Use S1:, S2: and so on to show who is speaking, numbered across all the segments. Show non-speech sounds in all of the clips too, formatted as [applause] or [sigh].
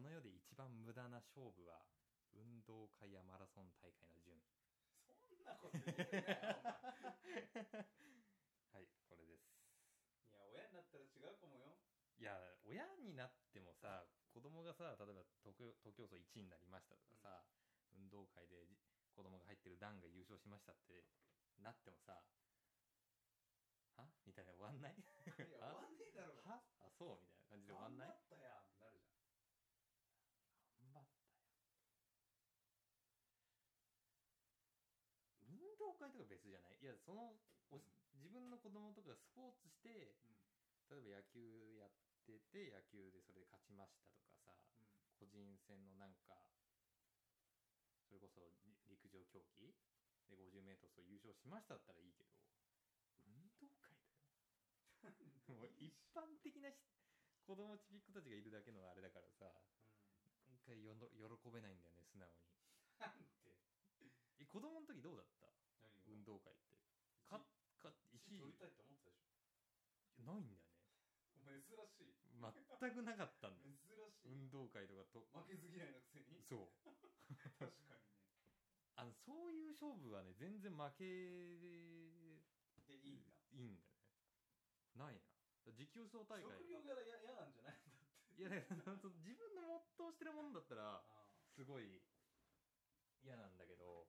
S1: の世で一番無駄な勝負は運動会やマラソン大会の順
S2: そんなこと言うなよ
S1: は
S2: お前
S1: いこれです
S2: いや親になったら違うか
S1: [laughs]
S2: もよ
S1: いや親になってもさ子供がさ例えば東京東京都1位になりましたとかさ、運動会でじ子供が入ってる団が優勝しましたってなってもさはみたいな終わ [laughs] んない
S2: いや終わんねえだろ
S1: はあそうみたいな感じで終わんない
S2: 頑張ったやんってなるじゃん
S1: 頑張ったよ運動会とか別じゃないいやそのおし自分の子供とかがスポーツして
S2: うん
S1: 例えば野球やってて野球でそれで勝ちましたとかさ
S2: うん
S1: 個人戦のなんかそれこそり陸上競技で 50m 走優勝しましただったらいいけど運動会だよもう一般的なし子供ちびっ子たちがいるだけのあれだからさ
S2: うん
S1: なんかよの喜べないんだよね素直に
S2: なんて
S1: え子供の時どうだった
S2: 何
S1: 運動会って
S2: 勝
S1: かか
S2: 石
S1: 石
S2: 取りたいって思ってたでし
S1: ないんだよね
S2: ょお前珍しい
S1: 全くなかったんだよ
S2: 珍しい
S1: 運動会とかと
S2: 負けず嫌いのくせに
S1: そう
S2: 確かにね
S1: あのそういう勝負はね全然負け
S2: でいいんだ
S1: いいんだよねないな持久走大会
S2: 食料柄や嫌なんじゃないんだ
S1: いやだ [laughs] からその自分の没頭してるもんだったら
S2: あ
S1: すごい嫌なんだけど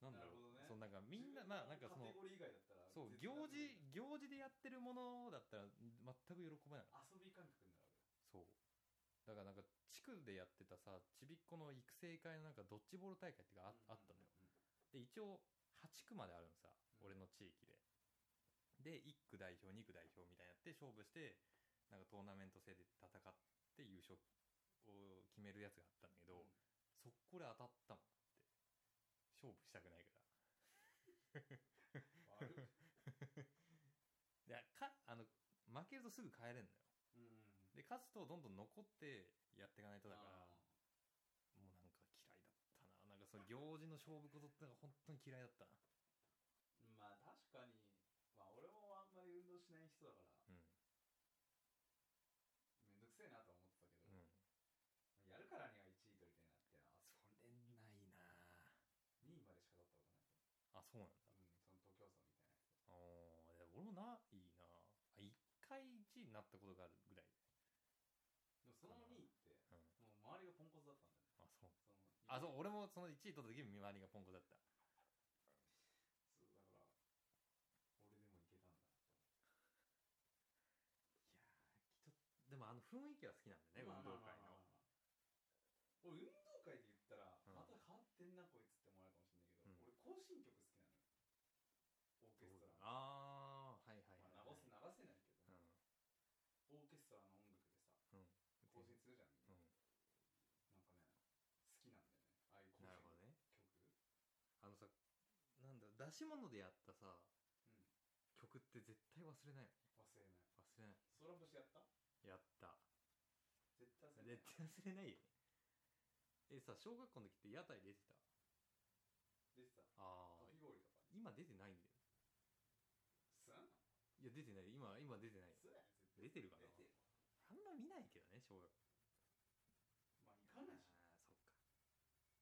S1: なんだ
S2: なる
S1: ろ
S2: ほ
S1: う、
S2: どね
S1: そのなんかみんなまあなんかそ
S2: カ
S1: の
S2: テゴリー以外だったら
S1: そう
S2: 絶
S1: 行
S2: 対ダメなんだ
S1: 事行事でやってるものだったら全く喜べない
S2: 遊び感覚になるわけだ
S1: そうだからなんか地区でやってたさちびっこの育成会のなんかドッジボール大会っていうかあ,、あったのよ
S2: うんうん
S1: で一応8区まであるのさ、
S2: うん
S1: 俺の地域でで1区代表2区代表みたいになって勝負してなんかトーナメント制で戦って優勝を決めるやつがあったんだけど、
S2: うん
S1: そこで当たったもんって勝負したくないから
S2: 悪っ
S1: いやかあの負けるとすぐ帰れんのよ
S2: うんうん
S1: で勝つとどんどん残ってやっていかないとだか
S2: あ
S1: らもうなんか嫌いだったななんかその行事の勝負事ってのが本当に嫌いだったな
S2: ーまあ確かにまあ俺もあんまり運動しない人だから
S1: うん
S2: めんどくせえなとは思ってたけ
S1: うん
S2: ど、やるからには1位取りたいなってな
S1: それないな
S2: 2位までしか取ったことない
S1: あそうなん
S2: 多分その東京層みたいなやつ
S1: だおーいや俺もないなあ一回1位になったことがあるぐらい
S2: でもその2位って
S1: うん
S2: もう周りがポンコツだったんだよね
S1: あそうあそ
S2: その
S1: う俺もその1位取った時見回りがポンコツだった
S2: そうだから俺でもいけたんだっ
S1: い
S2: て思
S1: やーきっとでもあの雰囲気は好きなんだよね運動
S2: まあ
S1: 会の
S2: まあまあまあまあ俺運動会で言ったら
S1: うん
S2: また変わってんなこいつって思われるかもしれないけど、
S1: うん
S2: 俺行進曲好きなのよオーケストラの
S1: ああーはいはいはい、
S2: まあ、流す流せないけど、
S1: う
S2: オーケストラの音楽で
S1: ん
S2: さ
S1: うん
S2: 行進するじゃんみん
S1: うん
S2: な、なんかね好きなんだよねああいう行進
S1: なるほどねあの
S2: 曲、
S1: さなんだ出し物でやったさ
S2: うん
S1: 曲って絶対忘れないよね
S2: 忘れない
S1: 忘れない
S2: 空星
S1: や
S2: やった
S1: った
S2: 絶対忘れない
S1: 絶対忘れないよねえさ小学校の時って屋台出てた
S2: 出てた
S1: あ
S2: か
S1: あ
S2: き氷とかね
S1: 今出てないんだよ
S2: すん
S1: いや出てない今今出てない
S2: すん絶
S1: 出て
S2: 対
S1: るかな
S2: 出てる
S1: あんま見ないけどね小学校
S2: まあ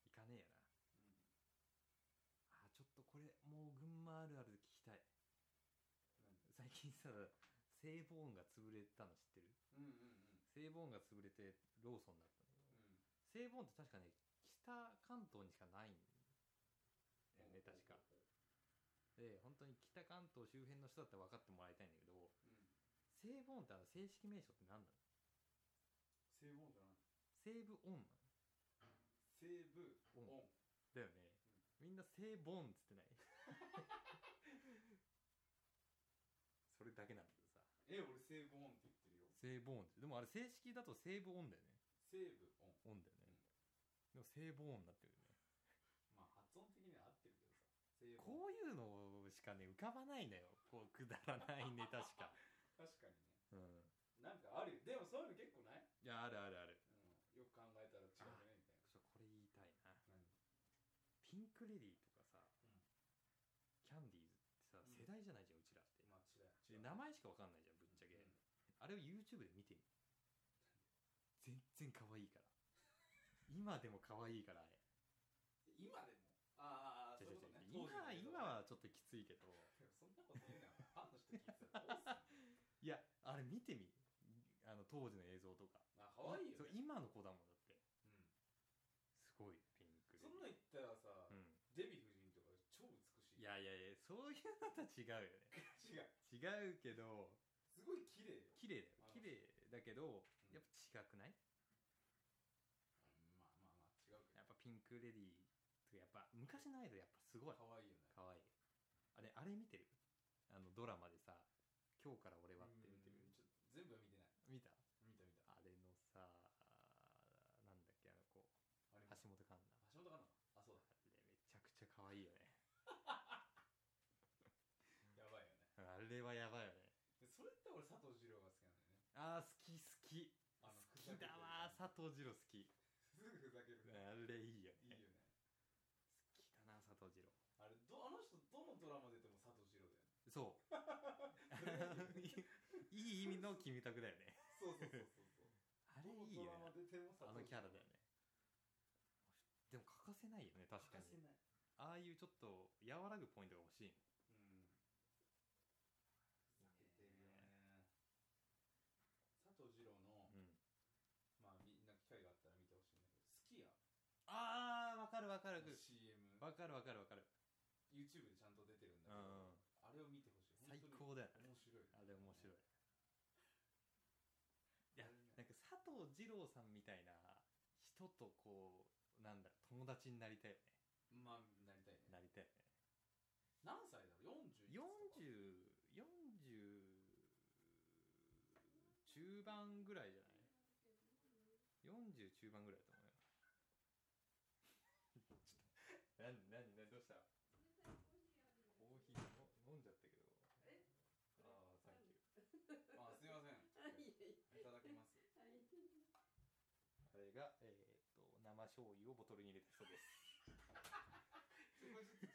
S2: 行かないし、
S1: ああそっか行かねえやな
S2: う
S1: あー
S2: ん
S1: ちょっとこれもう群馬あるあるで聞きたい最近さ聖母音が潰れたの知ってる
S2: うんうんうん
S1: 聖母音が潰れてローソンだったんだけど
S2: うん
S1: 聖本って確かね北関東にしかないんだよね
S2: ほうほうほう
S1: 確かで本当に北関東周辺の人だったら分かってもらいたいんだけど
S2: うん
S1: 聖本ってあの正式名称って何なの
S2: 西部音じゃない
S1: 西部音なの
S2: 西部音
S1: 音だよね
S2: う
S1: み
S2: ん
S1: んな聖本っつってない [laughs] それだけなんだけどさ
S2: え俺西部音って言ってるよ
S1: 聖本ってでもあれ正式だと西部音だよね
S2: 西部音
S1: 音だよねでも聖本にな
S2: うん
S1: ってるよね
S2: まあ発音的には合ってるけどさ西部音
S1: こういうのしかね浮かばないのよこうくだらないネタしか
S2: 確かにね
S1: [laughs] うん
S2: なんかあるよでもそういうの結構ない、
S1: いやあるあるある
S2: うん、よく考えたら違うじゃないみた
S1: ち
S2: い
S1: ょっとこれ言いたいな
S2: な
S1: ピ
S2: 何
S1: ンクレディーとかさ
S2: う
S1: キャンディーズってさ、
S2: ん
S1: 世代じゃないじゃんうちらって、
S2: ん
S1: で名
S2: まあ違う
S1: 前しかわかんないじゃんぶっちゃけ、あれを YouTube で見てみ全然可愛いから今でも可愛いからあれ
S2: 今でもああ、そういうことね。
S1: 今は今
S2: 当時の映
S1: は
S2: 像ね
S1: ちょっときついけど
S2: そんなこと言うなよ。ファンの人聞いてた [laughs] らどうすんの
S1: いやあれ見てみあの当時の映像とか
S2: まあ、可愛いよ、
S1: そう
S2: ね。
S1: 今の子だもんだって
S2: う
S1: すごいピンク
S2: ん。
S1: で
S2: そんなん言ったらさ、
S1: うん
S2: デヴィ夫人とか超美しい。
S1: い、やいやいやそういうのとは違うよね
S2: 違う。
S1: 違うけど
S2: すごい綺麗よ。
S1: 綺麗だよ
S2: あの
S1: 綺麗だけど
S2: うん
S1: やっぱ違くない
S2: うんまあまあまあ、違うけど。
S1: やっぱピンクレディーってやっぱ昔のアイドルやっぱすごい
S2: 可愛いよね。
S1: 可愛いあれあれ見てるあのドラマでさ「今日から俺は」って見てる
S2: うんちょっと全部は見てない。
S1: 見た
S2: 見た見た。
S1: あれのさなんだっけあの子
S2: あれ
S1: 橋本環奈
S2: 橋本かなあ、そうだ。
S1: あれめちゃくちゃ可愛いよね
S2: やばいよね。
S1: あれはやばいよね
S2: でそれって俺、佐藤二郎が好きなんだよ
S1: あ
S2: ね。
S1: ー好き好き
S2: あ
S1: 好
S2: の、ふざ
S1: き
S2: けて
S1: だ
S2: る
S1: わー
S2: 感
S1: 佐藤二朗好き
S2: じすぐふざけるね。
S1: あれいいよ
S2: いい
S1: ね
S2: よね。
S1: 好きだな佐藤二朗
S2: あれ、どあの人、どのドラマ出ても佐藤二郎だよ
S1: [laughs]
S2: ね。
S1: そう
S2: [laughs]
S1: いい意味のキムタクだよね
S2: そうそうそうそうそう。
S1: あれいいよ
S2: ドラマ
S1: ね
S2: 出ても
S1: あのキャラだよねでも欠かせないよね確か
S2: 欠かせ
S1: に
S2: ない。
S1: ああいうちょっと和らぐポイントが欲しい
S2: うん。避けてるよね。佐藤二郎の、
S1: うん
S2: まあみんな機会があったら見てほしいんだけど、スキヤ
S1: ああわかるわかる
S2: の CM、
S1: わかるわかるわかる
S2: YouTube でちゃんと出てるんだけ
S1: うんうん
S2: ど、あれを見てほしい。
S1: 最高だよ
S2: 本当に
S1: ね
S2: 面白い。
S1: あれ面白い
S2: い。
S1: いやなんか佐藤二朗さんみたいな人とこうなんだろう友達になりたいよね
S2: まあ、なりたいね。
S1: なりたいよね
S2: 何歳だろう ?40?
S1: 4040中盤ぐらいじゃない40中盤ぐらいだと思うよ [laughs] ちょっと何何何どうしたコーヒーの飲んじゃったけどああサンキュー
S2: あ、すいません。
S3: はいはい
S2: いただきます。
S1: あれがえーっと生醤油をボトルに入れた人です
S2: そこ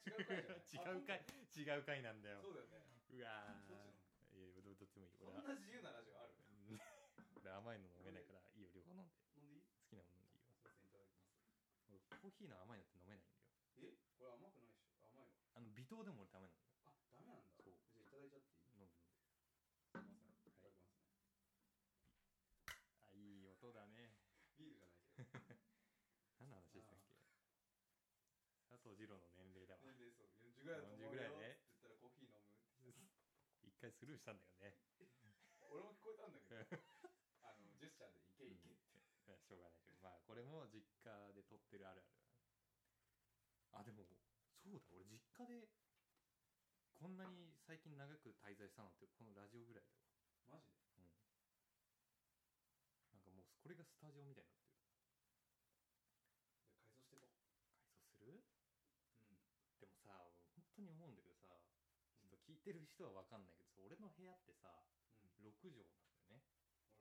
S2: ちょっと違う回じゃな
S1: 違
S2: い
S1: う回 [laughs] 違
S2: あ
S1: う回なんだよ
S2: そうだよね。
S1: うわ
S2: どっちなの
S1: ーいやどどっちもいい
S2: そ
S1: 俺
S2: ん
S1: は
S2: な自由なラジオある
S1: うん [laughs] 俺甘いの飲めないからいいよ両方飲んで
S2: 飲んでいい
S1: 好きなもの飲んでいいよ
S2: すいません、いただきます。
S1: 俺コーヒーの甘いのって飲めないんだよ
S2: えこれ甘くないでしょ甘いよ。
S1: あの微糖でも俺ダメなんだよ
S2: あ、ダメなんだ。
S1: そう
S2: じゃあいただいちゃっていい
S1: 飲んで飲んです
S2: いません。いただきますね。
S1: あいい音だね
S2: ビールじゃないけど。
S1: 何の話でしたっけ佐藤二朗の年齢だわ
S2: 年齢層40ぐらいだと思うよ。
S1: 40ぐらいね
S2: って言ったらコーヒー飲むって。
S1: 一回スルーしたんだよね
S2: 俺も聞こえたんだけど、
S1: [laughs]
S2: あの、ジェスチャーでいけいけって。
S1: うん [laughs] しょうがないけどまあこれも実家で撮ってるあるあるあでもそうだ俺実家でこんなに最近長く滞在したのってこのラジオぐらいだわ
S2: マジで
S1: なんかもうこれがスタジオみたいになってる
S2: じゃあ
S1: 改装す
S2: 改造していこう。
S1: る
S2: うん。
S1: でもさ本当に思うんだけどさちょっと聞いてる人は分かんないけどさ俺の部屋ってさ
S2: うん。
S1: 6畳なんだよね、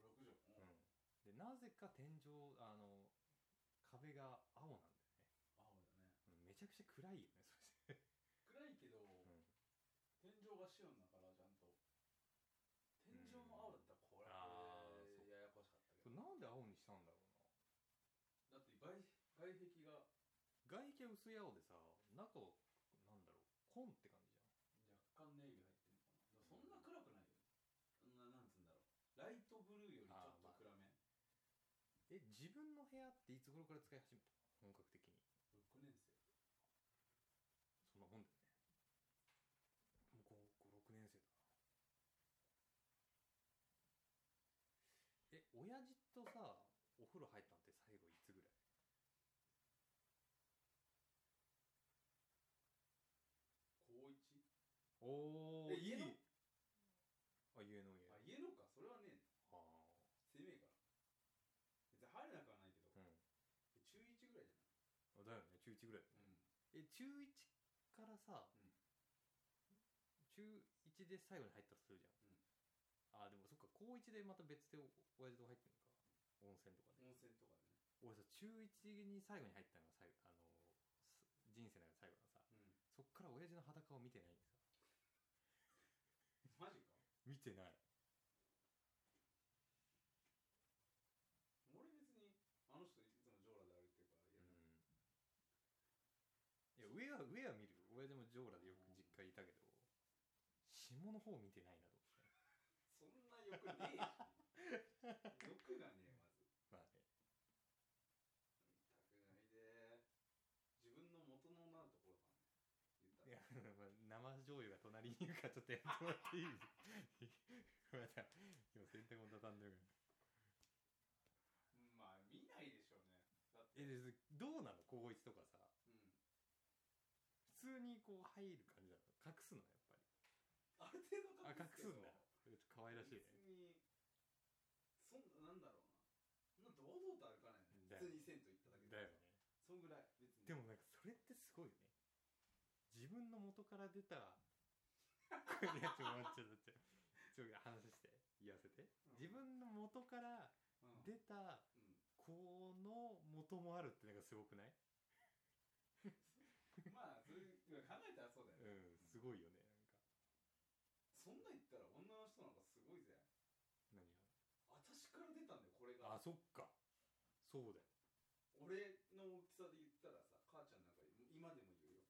S2: 俺6畳。うん。あ、
S1: でなぜか天井あの壁が青なんだよね
S2: 青だね。
S1: うんめちゃくちゃ暗いよねそれ
S2: 暗いけど、
S1: ん
S2: 天井が白だからちゃんと天井も青だったらこれ
S1: あー [laughs] そう
S2: ややこしかったけど
S1: なんで青にしたんだろ
S2: だって外外壁が
S1: うな外壁は薄い青でさ中はなんだろう紺って感じじゃ
S2: 若干ネイビー入ってるのかなでもそんな暗くないよななんつうんだろうライトブルーよりちょっと暗め、
S1: んえ自分の部屋っていつ頃から使い始めたの本格的に
S2: 6年生
S1: そんなもんだよねもう56年生だなえ親父とさお風呂入ったのって最後いつぐらい
S2: 高一
S1: お
S2: え
S1: ーい
S2: 家
S1: い
S2: の
S1: あ家の家
S2: あ家のかそれはね
S1: ああ
S2: 狭いから別に入れなくはないけど
S1: うん
S2: 中1ぐらいじゃ
S1: あ
S2: ない
S1: だよね中1ぐらい
S2: うん
S1: え中1からさ、
S2: うん
S1: 中1で最後に入ったとするじゃん、
S2: うん
S1: あでもそっか高1でまた別でお親父と入ってんのか温泉とかで、
S2: 温泉とかでね
S1: 俺さ中1に最後に入ったのが最後あのす人生の中で最後のさ
S2: うん
S1: そっから親父の裸を見てないんですよ
S2: マジか
S1: 見てない
S2: 俺別
S1: 下の方見てないなと思って
S2: そんな欲ねえし欲がねえまず
S1: まあね
S2: 痛くないで自分の元のなるところがね言った
S1: い
S2: ら
S1: や、まあ、生醤油が隣にいるからちょっとやってもらっていい [laughs] また今洗濯物畳んでるから
S2: うんまあ見ないでしょうねだって
S1: え
S2: うん
S1: でどうなの高一とかさ普通にこう入る感じなの隠すのやっぱり
S2: ある程度
S1: あ隠す
S2: けど
S1: んだえ可愛らしいね
S2: 別にそんななんだろうなそんな堂々と歩かないよね
S1: だよ
S2: 普通に銭湯行っただけで
S1: だよね
S2: そんぐらい別に
S1: でもなんかそれってすごいよね自分の元から出たいやちょっと待ってちょっ [laughs] と待ってちょっと話して言わせて、
S2: うん
S1: 自分の元から
S2: うん
S1: 出た子の元もあるってなんかすごくない
S2: うんまあそれ考えたらそうだよ
S1: う
S2: ね
S1: んすごいよね
S2: そんな言ったら女の人なんかすごいぜ
S1: なんか
S2: 私から出たんだよこれ
S1: 何が
S2: が
S1: あそっかそうだよ
S2: 俺の大きさで言ったらさ母ちゃんなんか今でも言うよ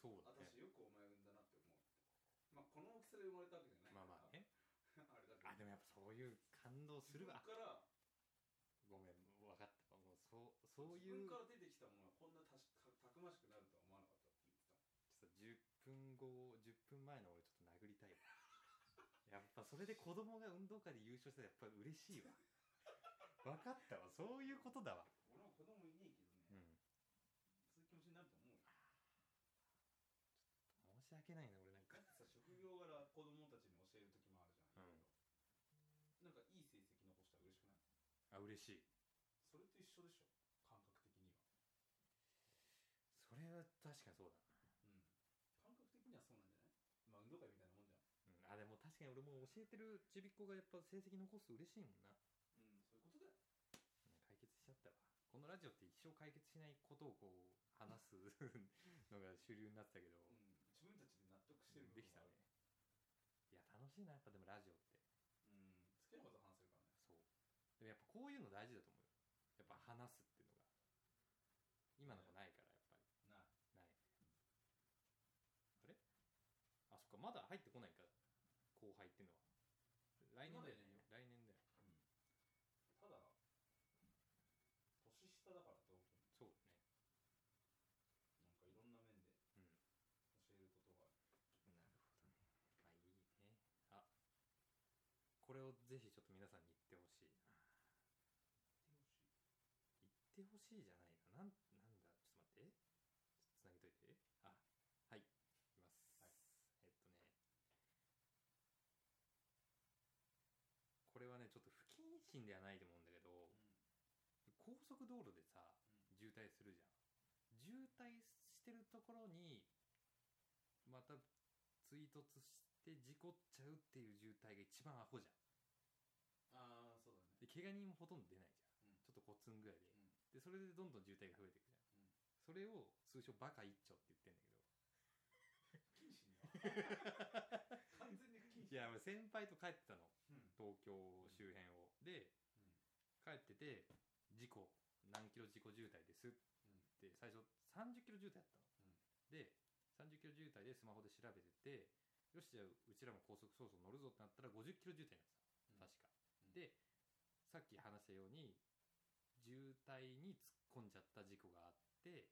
S1: そうだね
S2: 私よくお前産んだなって思うまあこの大きさで生まれたわけじゃない
S1: まあまあね
S2: あれだけど
S1: あでもやっぱそういう感動するわ
S2: 自分から
S1: ごめん分かったもうそうそう
S2: 自
S1: い
S2: 分
S1: う
S2: から出てきたものはこんなたしたくましくなるとは思わなかったって言ってた
S1: ちょっと10分後10分前の俺ちょっと殴りたいわ [laughs] やっぱそれで子供が運動会で優勝したらやっぱり嬉しい [laughs] わ分かったわそういうことだわ
S2: 俺も子供いねえけど
S1: うん
S2: ね、そういう気持ちになると思うよ
S1: 申し訳ないな俺なんか
S2: だってさ職業柄子供たちに教える時もあるじゃん、
S1: うん
S2: なんかいい成績残したら嬉しくない
S1: あ嬉しい
S2: それと一緒でしょ感覚的には
S1: それは確かにそうだ
S2: うん感覚的にはそうなんじゃないまあ運動会みたいなもんじゃん
S1: な、うん、あでも確かに俺も教えてるちびっ子がやっぱ成績残すと嬉しいもんな
S2: うんそういうことだよ
S1: うん解決しちゃったわこのラジオって一生解決しないことをこう
S2: [laughs]
S1: 話すのが主流になってたけど、
S2: うん自分たちで納得してる部
S1: できた
S2: 分は
S1: ね
S2: ある
S1: いや楽しいなやっぱでもラジオって
S2: うん好きなこと話せるから
S1: そう
S2: ね
S1: でもやっぱこういうの大事だと思うよやっぱ話すっていうのが今のがないからやっぱり
S2: な
S1: ないあれ
S2: い
S1: あそっかまだ入ってこないか後輩っていうのは来年だよね
S2: ま
S1: 来年だよ
S2: ただ年下だからってこと
S1: そうだね
S2: なんかいろんな面で
S1: うん
S2: 教えることがある、
S1: なるほどねまあいいねあこれをぜひちょっと皆さんに言ってほしいな言ってほしいじゃないな。なん、なんだ、ちょっと待って。つなげといて。あ、はい。いきます。
S2: は
S1: えっと
S2: い
S1: ね。これはね、ちょっと不謹慎ではないと思うんだけど、高速道路でさ、渋滞するじゃん。渋滞してるところに、また追突して事故っちゃうっていう渋滞が一番アホじゃん。
S2: ああそうだね
S1: で怪我人もほとんど出ないじゃん、
S2: うん
S1: ちょっとコツンぐらいで,、
S2: う
S1: で
S2: ん
S1: それでどんどん渋滞が増えていくじゃん、
S2: うん
S1: それを通称バカ一丁って言ってんだけど
S2: 不謹慎だわ [laughs] 完全に不
S1: い
S2: 謹慎
S1: や俺先輩と帰ってたの
S2: うん
S1: 東京周辺を、で、
S2: うん
S1: 帰ってて事故何キロ事故渋滞ですって最初30キロ渋滞だったの、で30キロ渋滞でスマホで調べててよしじゃあうちらも高速そろそろ乗るぞってなったら50キロ渋滞になってた確か、
S2: うん
S1: でさっき話したように渋滞に突っ込んじゃった事故があって、
S2: うん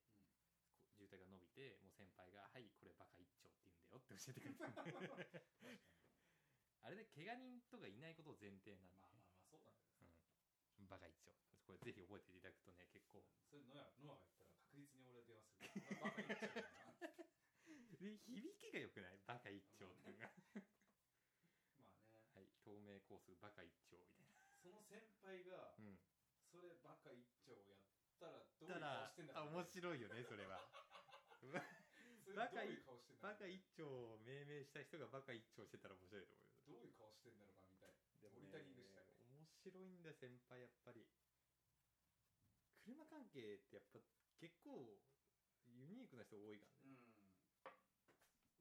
S1: こう渋滞が伸びてもう先輩が「はいこれバカ一丁」って言うんだよって教えてくれ
S2: [laughs]
S1: たあれで怪我人とかいないことを前提なんで、
S2: まあまあまあそうだけどさ、
S1: バカ一丁これぜひ覚えていただくとね結構 [laughs]
S2: それノアノアが言ったら確実に俺は電話するバカ言っちゃうよな
S1: で響きが良くないバカ一丁っていうのが
S2: [laughs] まあね
S1: [laughs] はい透明コースバカ一丁みたいな
S2: その先輩が
S1: うん
S2: それバカ一丁やったらどうい
S1: た
S2: う顔
S1: ら
S2: してんだ
S1: あ
S2: ろう
S1: 面
S2: ね
S1: 白いよねそれ [laughs] は
S2: それどういう顔してんだ
S1: バ
S2: ろう
S1: カ一
S2: ね
S1: 丁を命名した人がバカ一丁してたら面白いと思うよ
S2: どういう顔してんだろうかみたいな
S1: でも
S2: モニタリングしたい
S1: 面白いんだよ先輩やっぱり車関係ってやっぱ結構ユニークな人多いから
S2: う
S1: ね、
S2: ん多いかもし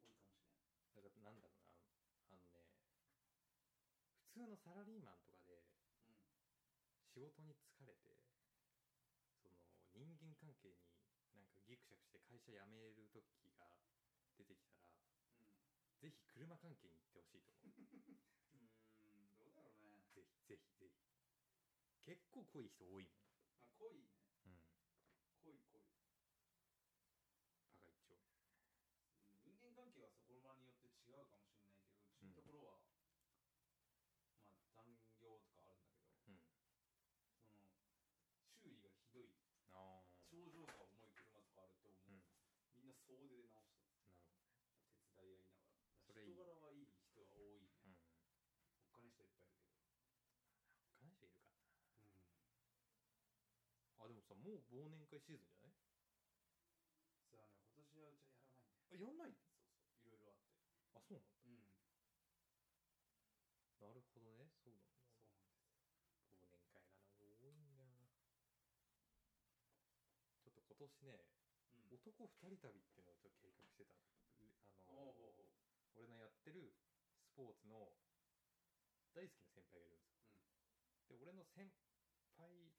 S2: れない
S1: だからなんだろうなあのね普通のサラリーマンとかで
S2: うん
S1: 仕事に疲れてその人間関係になんかギクシャクして会社辞める時が出てきたら
S2: うん
S1: 絶ぜひ車関係に行ってほしいと [laughs] 思う
S2: うーんどうだろうね、
S1: ぜひぜひぜひ結構濃い人多いもん
S2: まあ、濃いね
S1: うん
S2: 濃い濃い
S1: バカ一丁
S2: 人間関係はそこらによって違うかもしれないけどうちのところは、まあ残業とかあるんだけど
S1: うん
S2: その修理がひどい
S1: ああ
S2: 症状が重い車とかあると思う、
S1: うん
S2: みんな総出で直してる
S1: なるほ
S2: 手伝い合いなが
S1: それいい
S2: ら人柄はいい人は多いね
S1: どうん
S2: 他の人いっぱいいるけど
S1: 他の人いるか
S2: うん
S1: なあでもさもう忘年会シーズンじゃない
S2: そうだね今年はうちはやらない
S1: あやんない
S2: んだよそうそういろいろあって
S1: あそうなんだ
S2: うん
S1: なるほどねそうなんだ
S2: そうなんです
S1: 忘年会がな多いんだよなちょっと今年ね
S2: うん
S1: 男二人旅っていうのをちょっと計画してたのうあの
S2: おうおうおう
S1: 俺のやってるスポーツの大好きな先輩がいるんですよ、で俺の先輩なんだ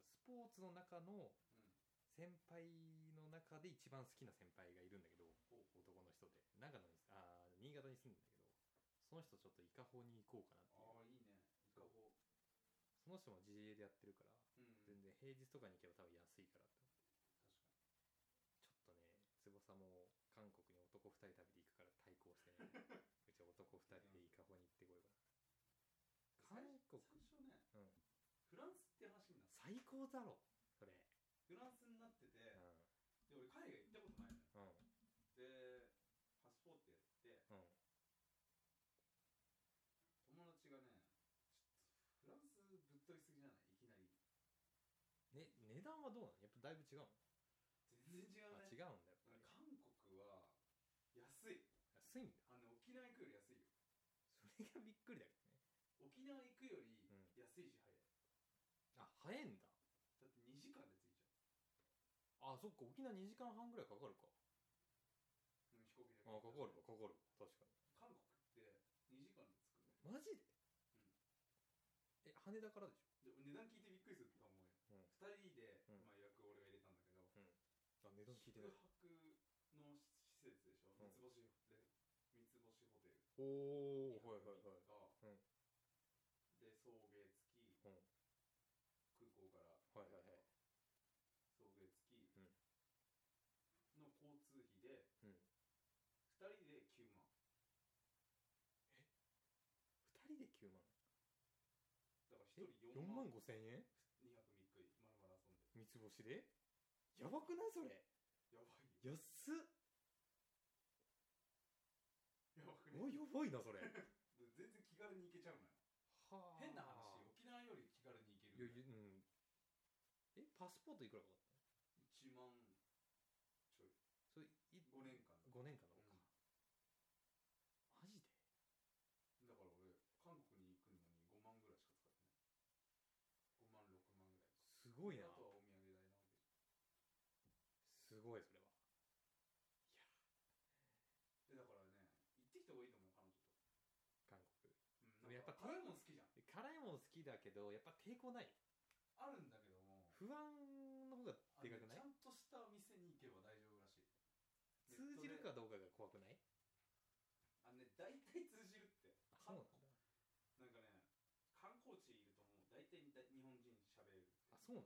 S1: スポーツの中の
S2: うん
S1: 先輩の中で一番好きな先輩がいるんだけど
S2: ほう
S1: 男の人で長野にあー新潟に住んでんだけどその人ちょっと伊香保に行こうかなっていう
S2: ああいいねいかほ
S1: その人も自営でやってるから
S2: ううん
S1: 全然平日とかに行けば多分安いからって
S2: 確
S1: ちょっと
S2: かに
S1: ね翼も韓国に男2人旅で行くから対抗して [laughs] ねうちは男2人で伊香保に行ってこようかな韓国
S2: 最初ね、
S1: うん
S2: フランスって話になった
S1: 最高だろそれ
S2: フランスになってて、
S1: うん
S2: で俺海外行ったことないのよ
S1: うん
S2: でパスポートやって
S1: うん
S2: 友達がねちょっとフランスぶっ飛びすぎじゃないいきなり
S1: ね値段はどうなのやっぱだいぶ違うの
S2: 全然違う
S1: あ違
S2: ね
S1: うんだやっぱり
S2: 韓国は安い
S1: 安いんだ
S2: あの沖縄行くより安いよ
S1: それがびっくりだけどね
S2: 沖縄行くより
S1: うん
S2: 安いし早い
S1: あ早いんだ
S2: だって2時間で着いちゃ
S1: あそっか沖縄2時間半ぐらいかかるか
S2: う、うん、飛行機で
S1: あかかるかかかる確か
S2: 韓国って2時間で着くんだよ
S1: にマジで、え羽田からでし
S2: で値段聞いてびっくりすると思
S1: うん
S2: うよ、2人で、
S1: うん
S2: まあ、予約を俺が入れたんだけど、
S1: ょあ値段聞いてない
S2: 宿泊の施設で
S1: う
S2: しょ、
S1: ん
S2: 三つ星で三つ星ホテル
S1: おおはいはいはい
S2: が、
S1: うん
S2: で送迎付き、
S1: うん
S2: 空港から、
S1: はいはいはい
S2: 送迎付き、
S1: うん
S2: の交通費で、
S1: うん
S2: 2人で9
S1: 2
S2: 万
S1: 人で9万
S2: だから
S1: え
S2: 1人
S1: 4
S2: 4
S1: 万5
S2: 万
S1: 千円
S2: 2泊3日まるまる遊ん
S1: 三
S2: で
S1: つ星でやばくないそれ
S2: やばいよ
S1: 安っ
S2: やばく
S1: うわ
S2: ね
S1: やばいなそれ
S2: 全然気軽に行けちゃうのよ
S1: は
S2: 変な話沖縄より気軽に行け
S1: いやい
S2: る
S1: やうんえパスポートいくらかかったの
S2: 1万ちょ
S1: それ
S2: い
S1: い
S2: 5年間
S1: 5年間の
S2: うん
S1: マジで
S2: だから俺韓国に行くのに5万ぐらいしか使ってない5万6万ぐらい
S1: すごいな
S2: あとはお土産代なわけ
S1: すごいそれは
S2: でだからね行ってきた方がいいと思う彼女
S1: 韓国
S2: と、うん、
S1: やっ
S2: やっ
S1: ぱ
S2: ぱ辛いもん好きじゃん
S1: 辛いもの好きだけどやっぱ抵抗ない
S2: あるんだけども
S1: 不安の方がで
S2: あの
S1: かくない
S2: ちゃんとしたお店に行けば大丈夫らしい
S1: 通じる
S2: ネットで
S1: かどうかが怖くない
S2: あのね大体通じるって
S1: あそうなんだ
S2: なんかね観光地いるともう大体だ日本人喋
S1: あ
S2: る
S1: そう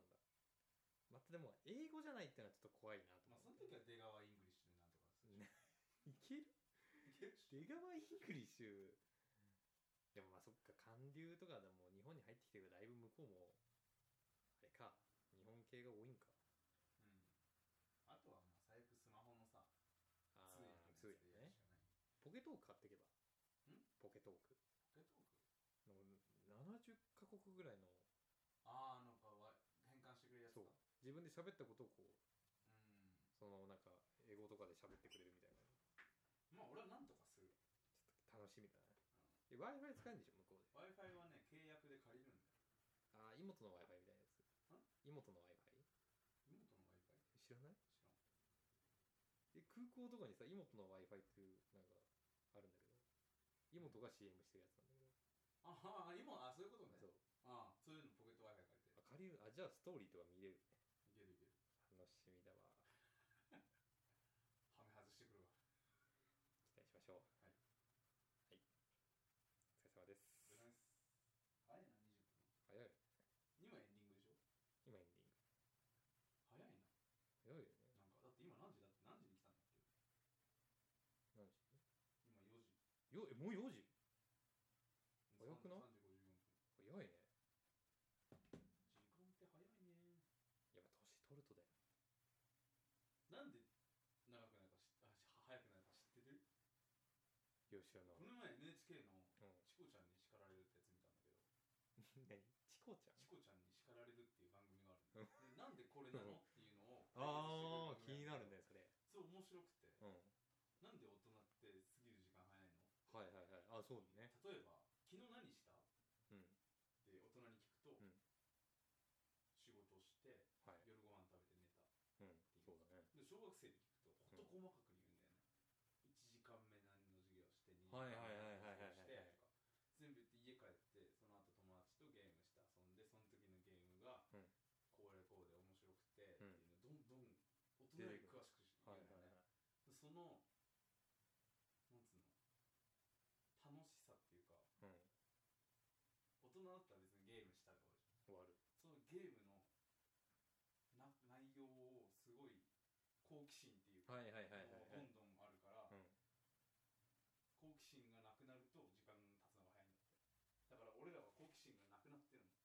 S1: なんだまたでも英語じゃないってのはちょっと怖いなと
S2: まあそ
S1: 思
S2: の
S1: って、
S2: 時は出川イングリッシュでなんとかする
S1: いける出川イングリ
S2: でしょいけるし
S1: ッシュでもまあそっか韓流とかでも日本に入ってきてるからだいぶ向こうもあれか日本系が多いんか
S2: うんあとはまあ最悪スマホのさ
S1: あ
S2: 通
S1: あ
S2: 訳
S1: 通
S2: の
S1: 訳
S2: やつでやる
S1: ね
S2: しかな
S1: ポケ
S2: い
S1: トーク買ってけば
S2: ん
S1: ポケトーク
S2: ポケトーク
S1: の70カ国ぐらいの
S2: ああなんかわ変換してくれるやつ
S1: そう
S2: か
S1: 自分で喋ったことをこう
S2: うん
S1: そのなんか英語とかで喋ってくれるみたいな
S2: まあ俺はなんとかする
S1: ちょっと楽しみだな w i f i 使えるんでしょ向こうで
S2: w i f i はね契約で借りるんだよ
S1: ああ妹の w i f i みたいなやつ妹の w i f i
S2: 妹の w i f i
S1: 知らない
S2: 知らん
S1: で空港とかにさ妹の w i f i っていうなんかあるんだけど妹が CM してるやつなんだけど、
S2: ああ今あそういうことね
S1: そう
S2: ああそういうのポケット w i f i 借
S1: あ借りる
S2: りて
S1: あじゃあストーリーとか見れるね
S2: いけるいける
S1: 楽しみだわ
S2: はめ外してく
S1: ょ
S2: るわ
S1: う
S2: はい
S1: はいお疲れ様です
S2: ナイス早いな20分
S1: 早い
S2: 今エンディングでしょ
S1: 今エンディング
S2: 早いななん
S1: 早
S2: か
S1: いよね
S2: だって今何時だって何時に来たんだっけ
S1: 何時
S2: 今4時
S1: よえもう4時早くない
S2: ?3 時54分
S1: 早いね
S2: 時間って早いね
S1: やっぱ年取るとだよ
S2: なんで長くなるか知っあし早くなるか知ってる
S1: よしあの
S2: この前 NHK
S1: う
S2: の
S1: ん
S2: チコちゃんに叱られるってやつ見たんだけど
S1: [laughs] 何チコちゃん
S2: チコちゃんに叱られるっていう番組があるのでなんでこれなのっていう
S1: [laughs]
S2: のを
S1: ああ気になる
S2: ね
S1: ねそれ
S2: そう面白くて
S1: うん
S2: なんで大人って過ぎる時間早いの
S1: はいはいはいあそうだね
S2: 例えば昨日何した
S1: うん
S2: って大人に聞くと、
S1: うん
S2: 仕事をして
S1: はい
S2: 夜ご飯食べて寝た
S1: うんそうだね
S2: で小学生に聞くと事細かく言うんだよね、1時間目何の授業
S1: は
S2: して2時間
S1: いはいはい
S2: 目何
S1: はいはい
S2: の授業して
S1: はい
S2: とか全部言って家帰ってその後友達とゲームして遊んでその時のゲームが
S1: うん
S2: こうやこうで面白くてっていううんのをどんどん大人に詳しく
S1: は
S2: し
S1: い
S2: 言
S1: はい
S2: うん
S1: はい
S2: だよねでそのなんつうの楽しさっていうか
S1: うん
S2: 大人だったら別にゲームしたら終わるじゃん
S1: 終わる
S2: そのゲームのな内容をすごい好奇心っていうか、
S1: はいはいはいはいは
S2: もう
S1: い
S2: どんどんあるから、
S1: うん
S2: 好奇心がなくなると時間経つのが早いんだってだから俺らは好奇心がなくなってるので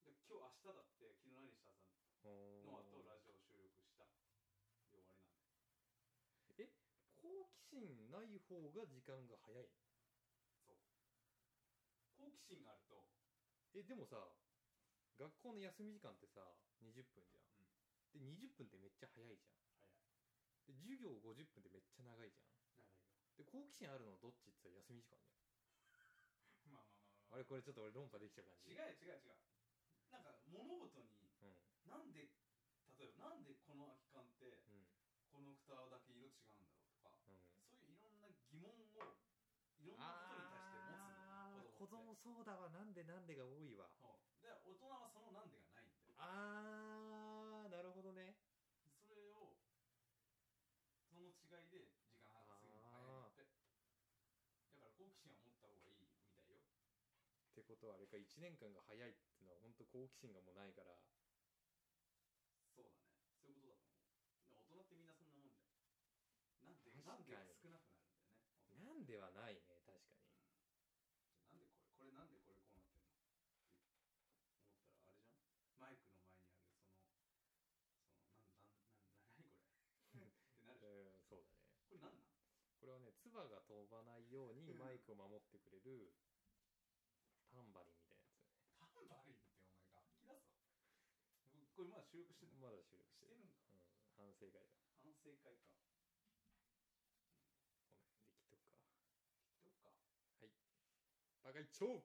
S2: 今日明日だって昨日何したさ
S1: おー
S2: の後ラジオ収録したで終わりなんだよ
S1: 好奇心ない方が時間が早い
S2: 好奇心があると
S1: えでもさ学校の休み時間ってさ20分じゃん、で20分ってめっちゃ早いじゃんで
S2: 早い
S1: 授業50分ってめっちゃ長いじゃん
S2: 長いよ
S1: で好奇心あるのどっちって言ったら休み時間じ
S2: まあまあ
S1: ゃんあれ
S2: まあまあ
S1: これちょっと俺論破できちゃう感じ
S2: 違う違う違うなんか物事に
S1: うん
S2: なんで例えばなんでこの空き缶って
S1: うん
S2: この蓋だけ色違うんだろうとか
S1: うん
S2: そういういろんな疑問をいろんなことに対して持つ
S1: あー子供
S2: んだよねって
S1: そうだわなんでなんでが多いわ
S2: そうで大人はそのなんでがないんだよ
S1: あーなるほどね
S2: それをその違いで時間が過ぎるのが早いんだってだから好奇心は持った方がいいみたいよ
S1: ってことはあれか1年間が早いっていうのは本当好奇心がもうないから
S2: そうだねそういうことだと思うでも大人ってみんなそんなもんじゃんなん
S1: 確
S2: でなんで
S1: かに
S2: 少なくなるん
S1: なんで
S2: だよね大人
S1: はないね確かに
S2: なんでこれこれなんでこれこうなってんのって思ったらあれじゃんマイクの前にあるそのそのなんなんなん何これって [laughs] な
S1: うん
S2: るじゃん
S1: そうだね
S2: これな
S1: これはね
S2: んなん
S1: 唾が飛ばないようにマイクを守ってくれるタンバリンみたいなやつ
S2: タンバリンってお前楽器だぞこれまだ収録してない
S1: まだ収録し
S2: してて
S1: る、
S2: るんだ
S1: うん、反省会だ
S2: 反省会か
S1: この辺で切っとくか
S2: 人か
S1: バカ一丁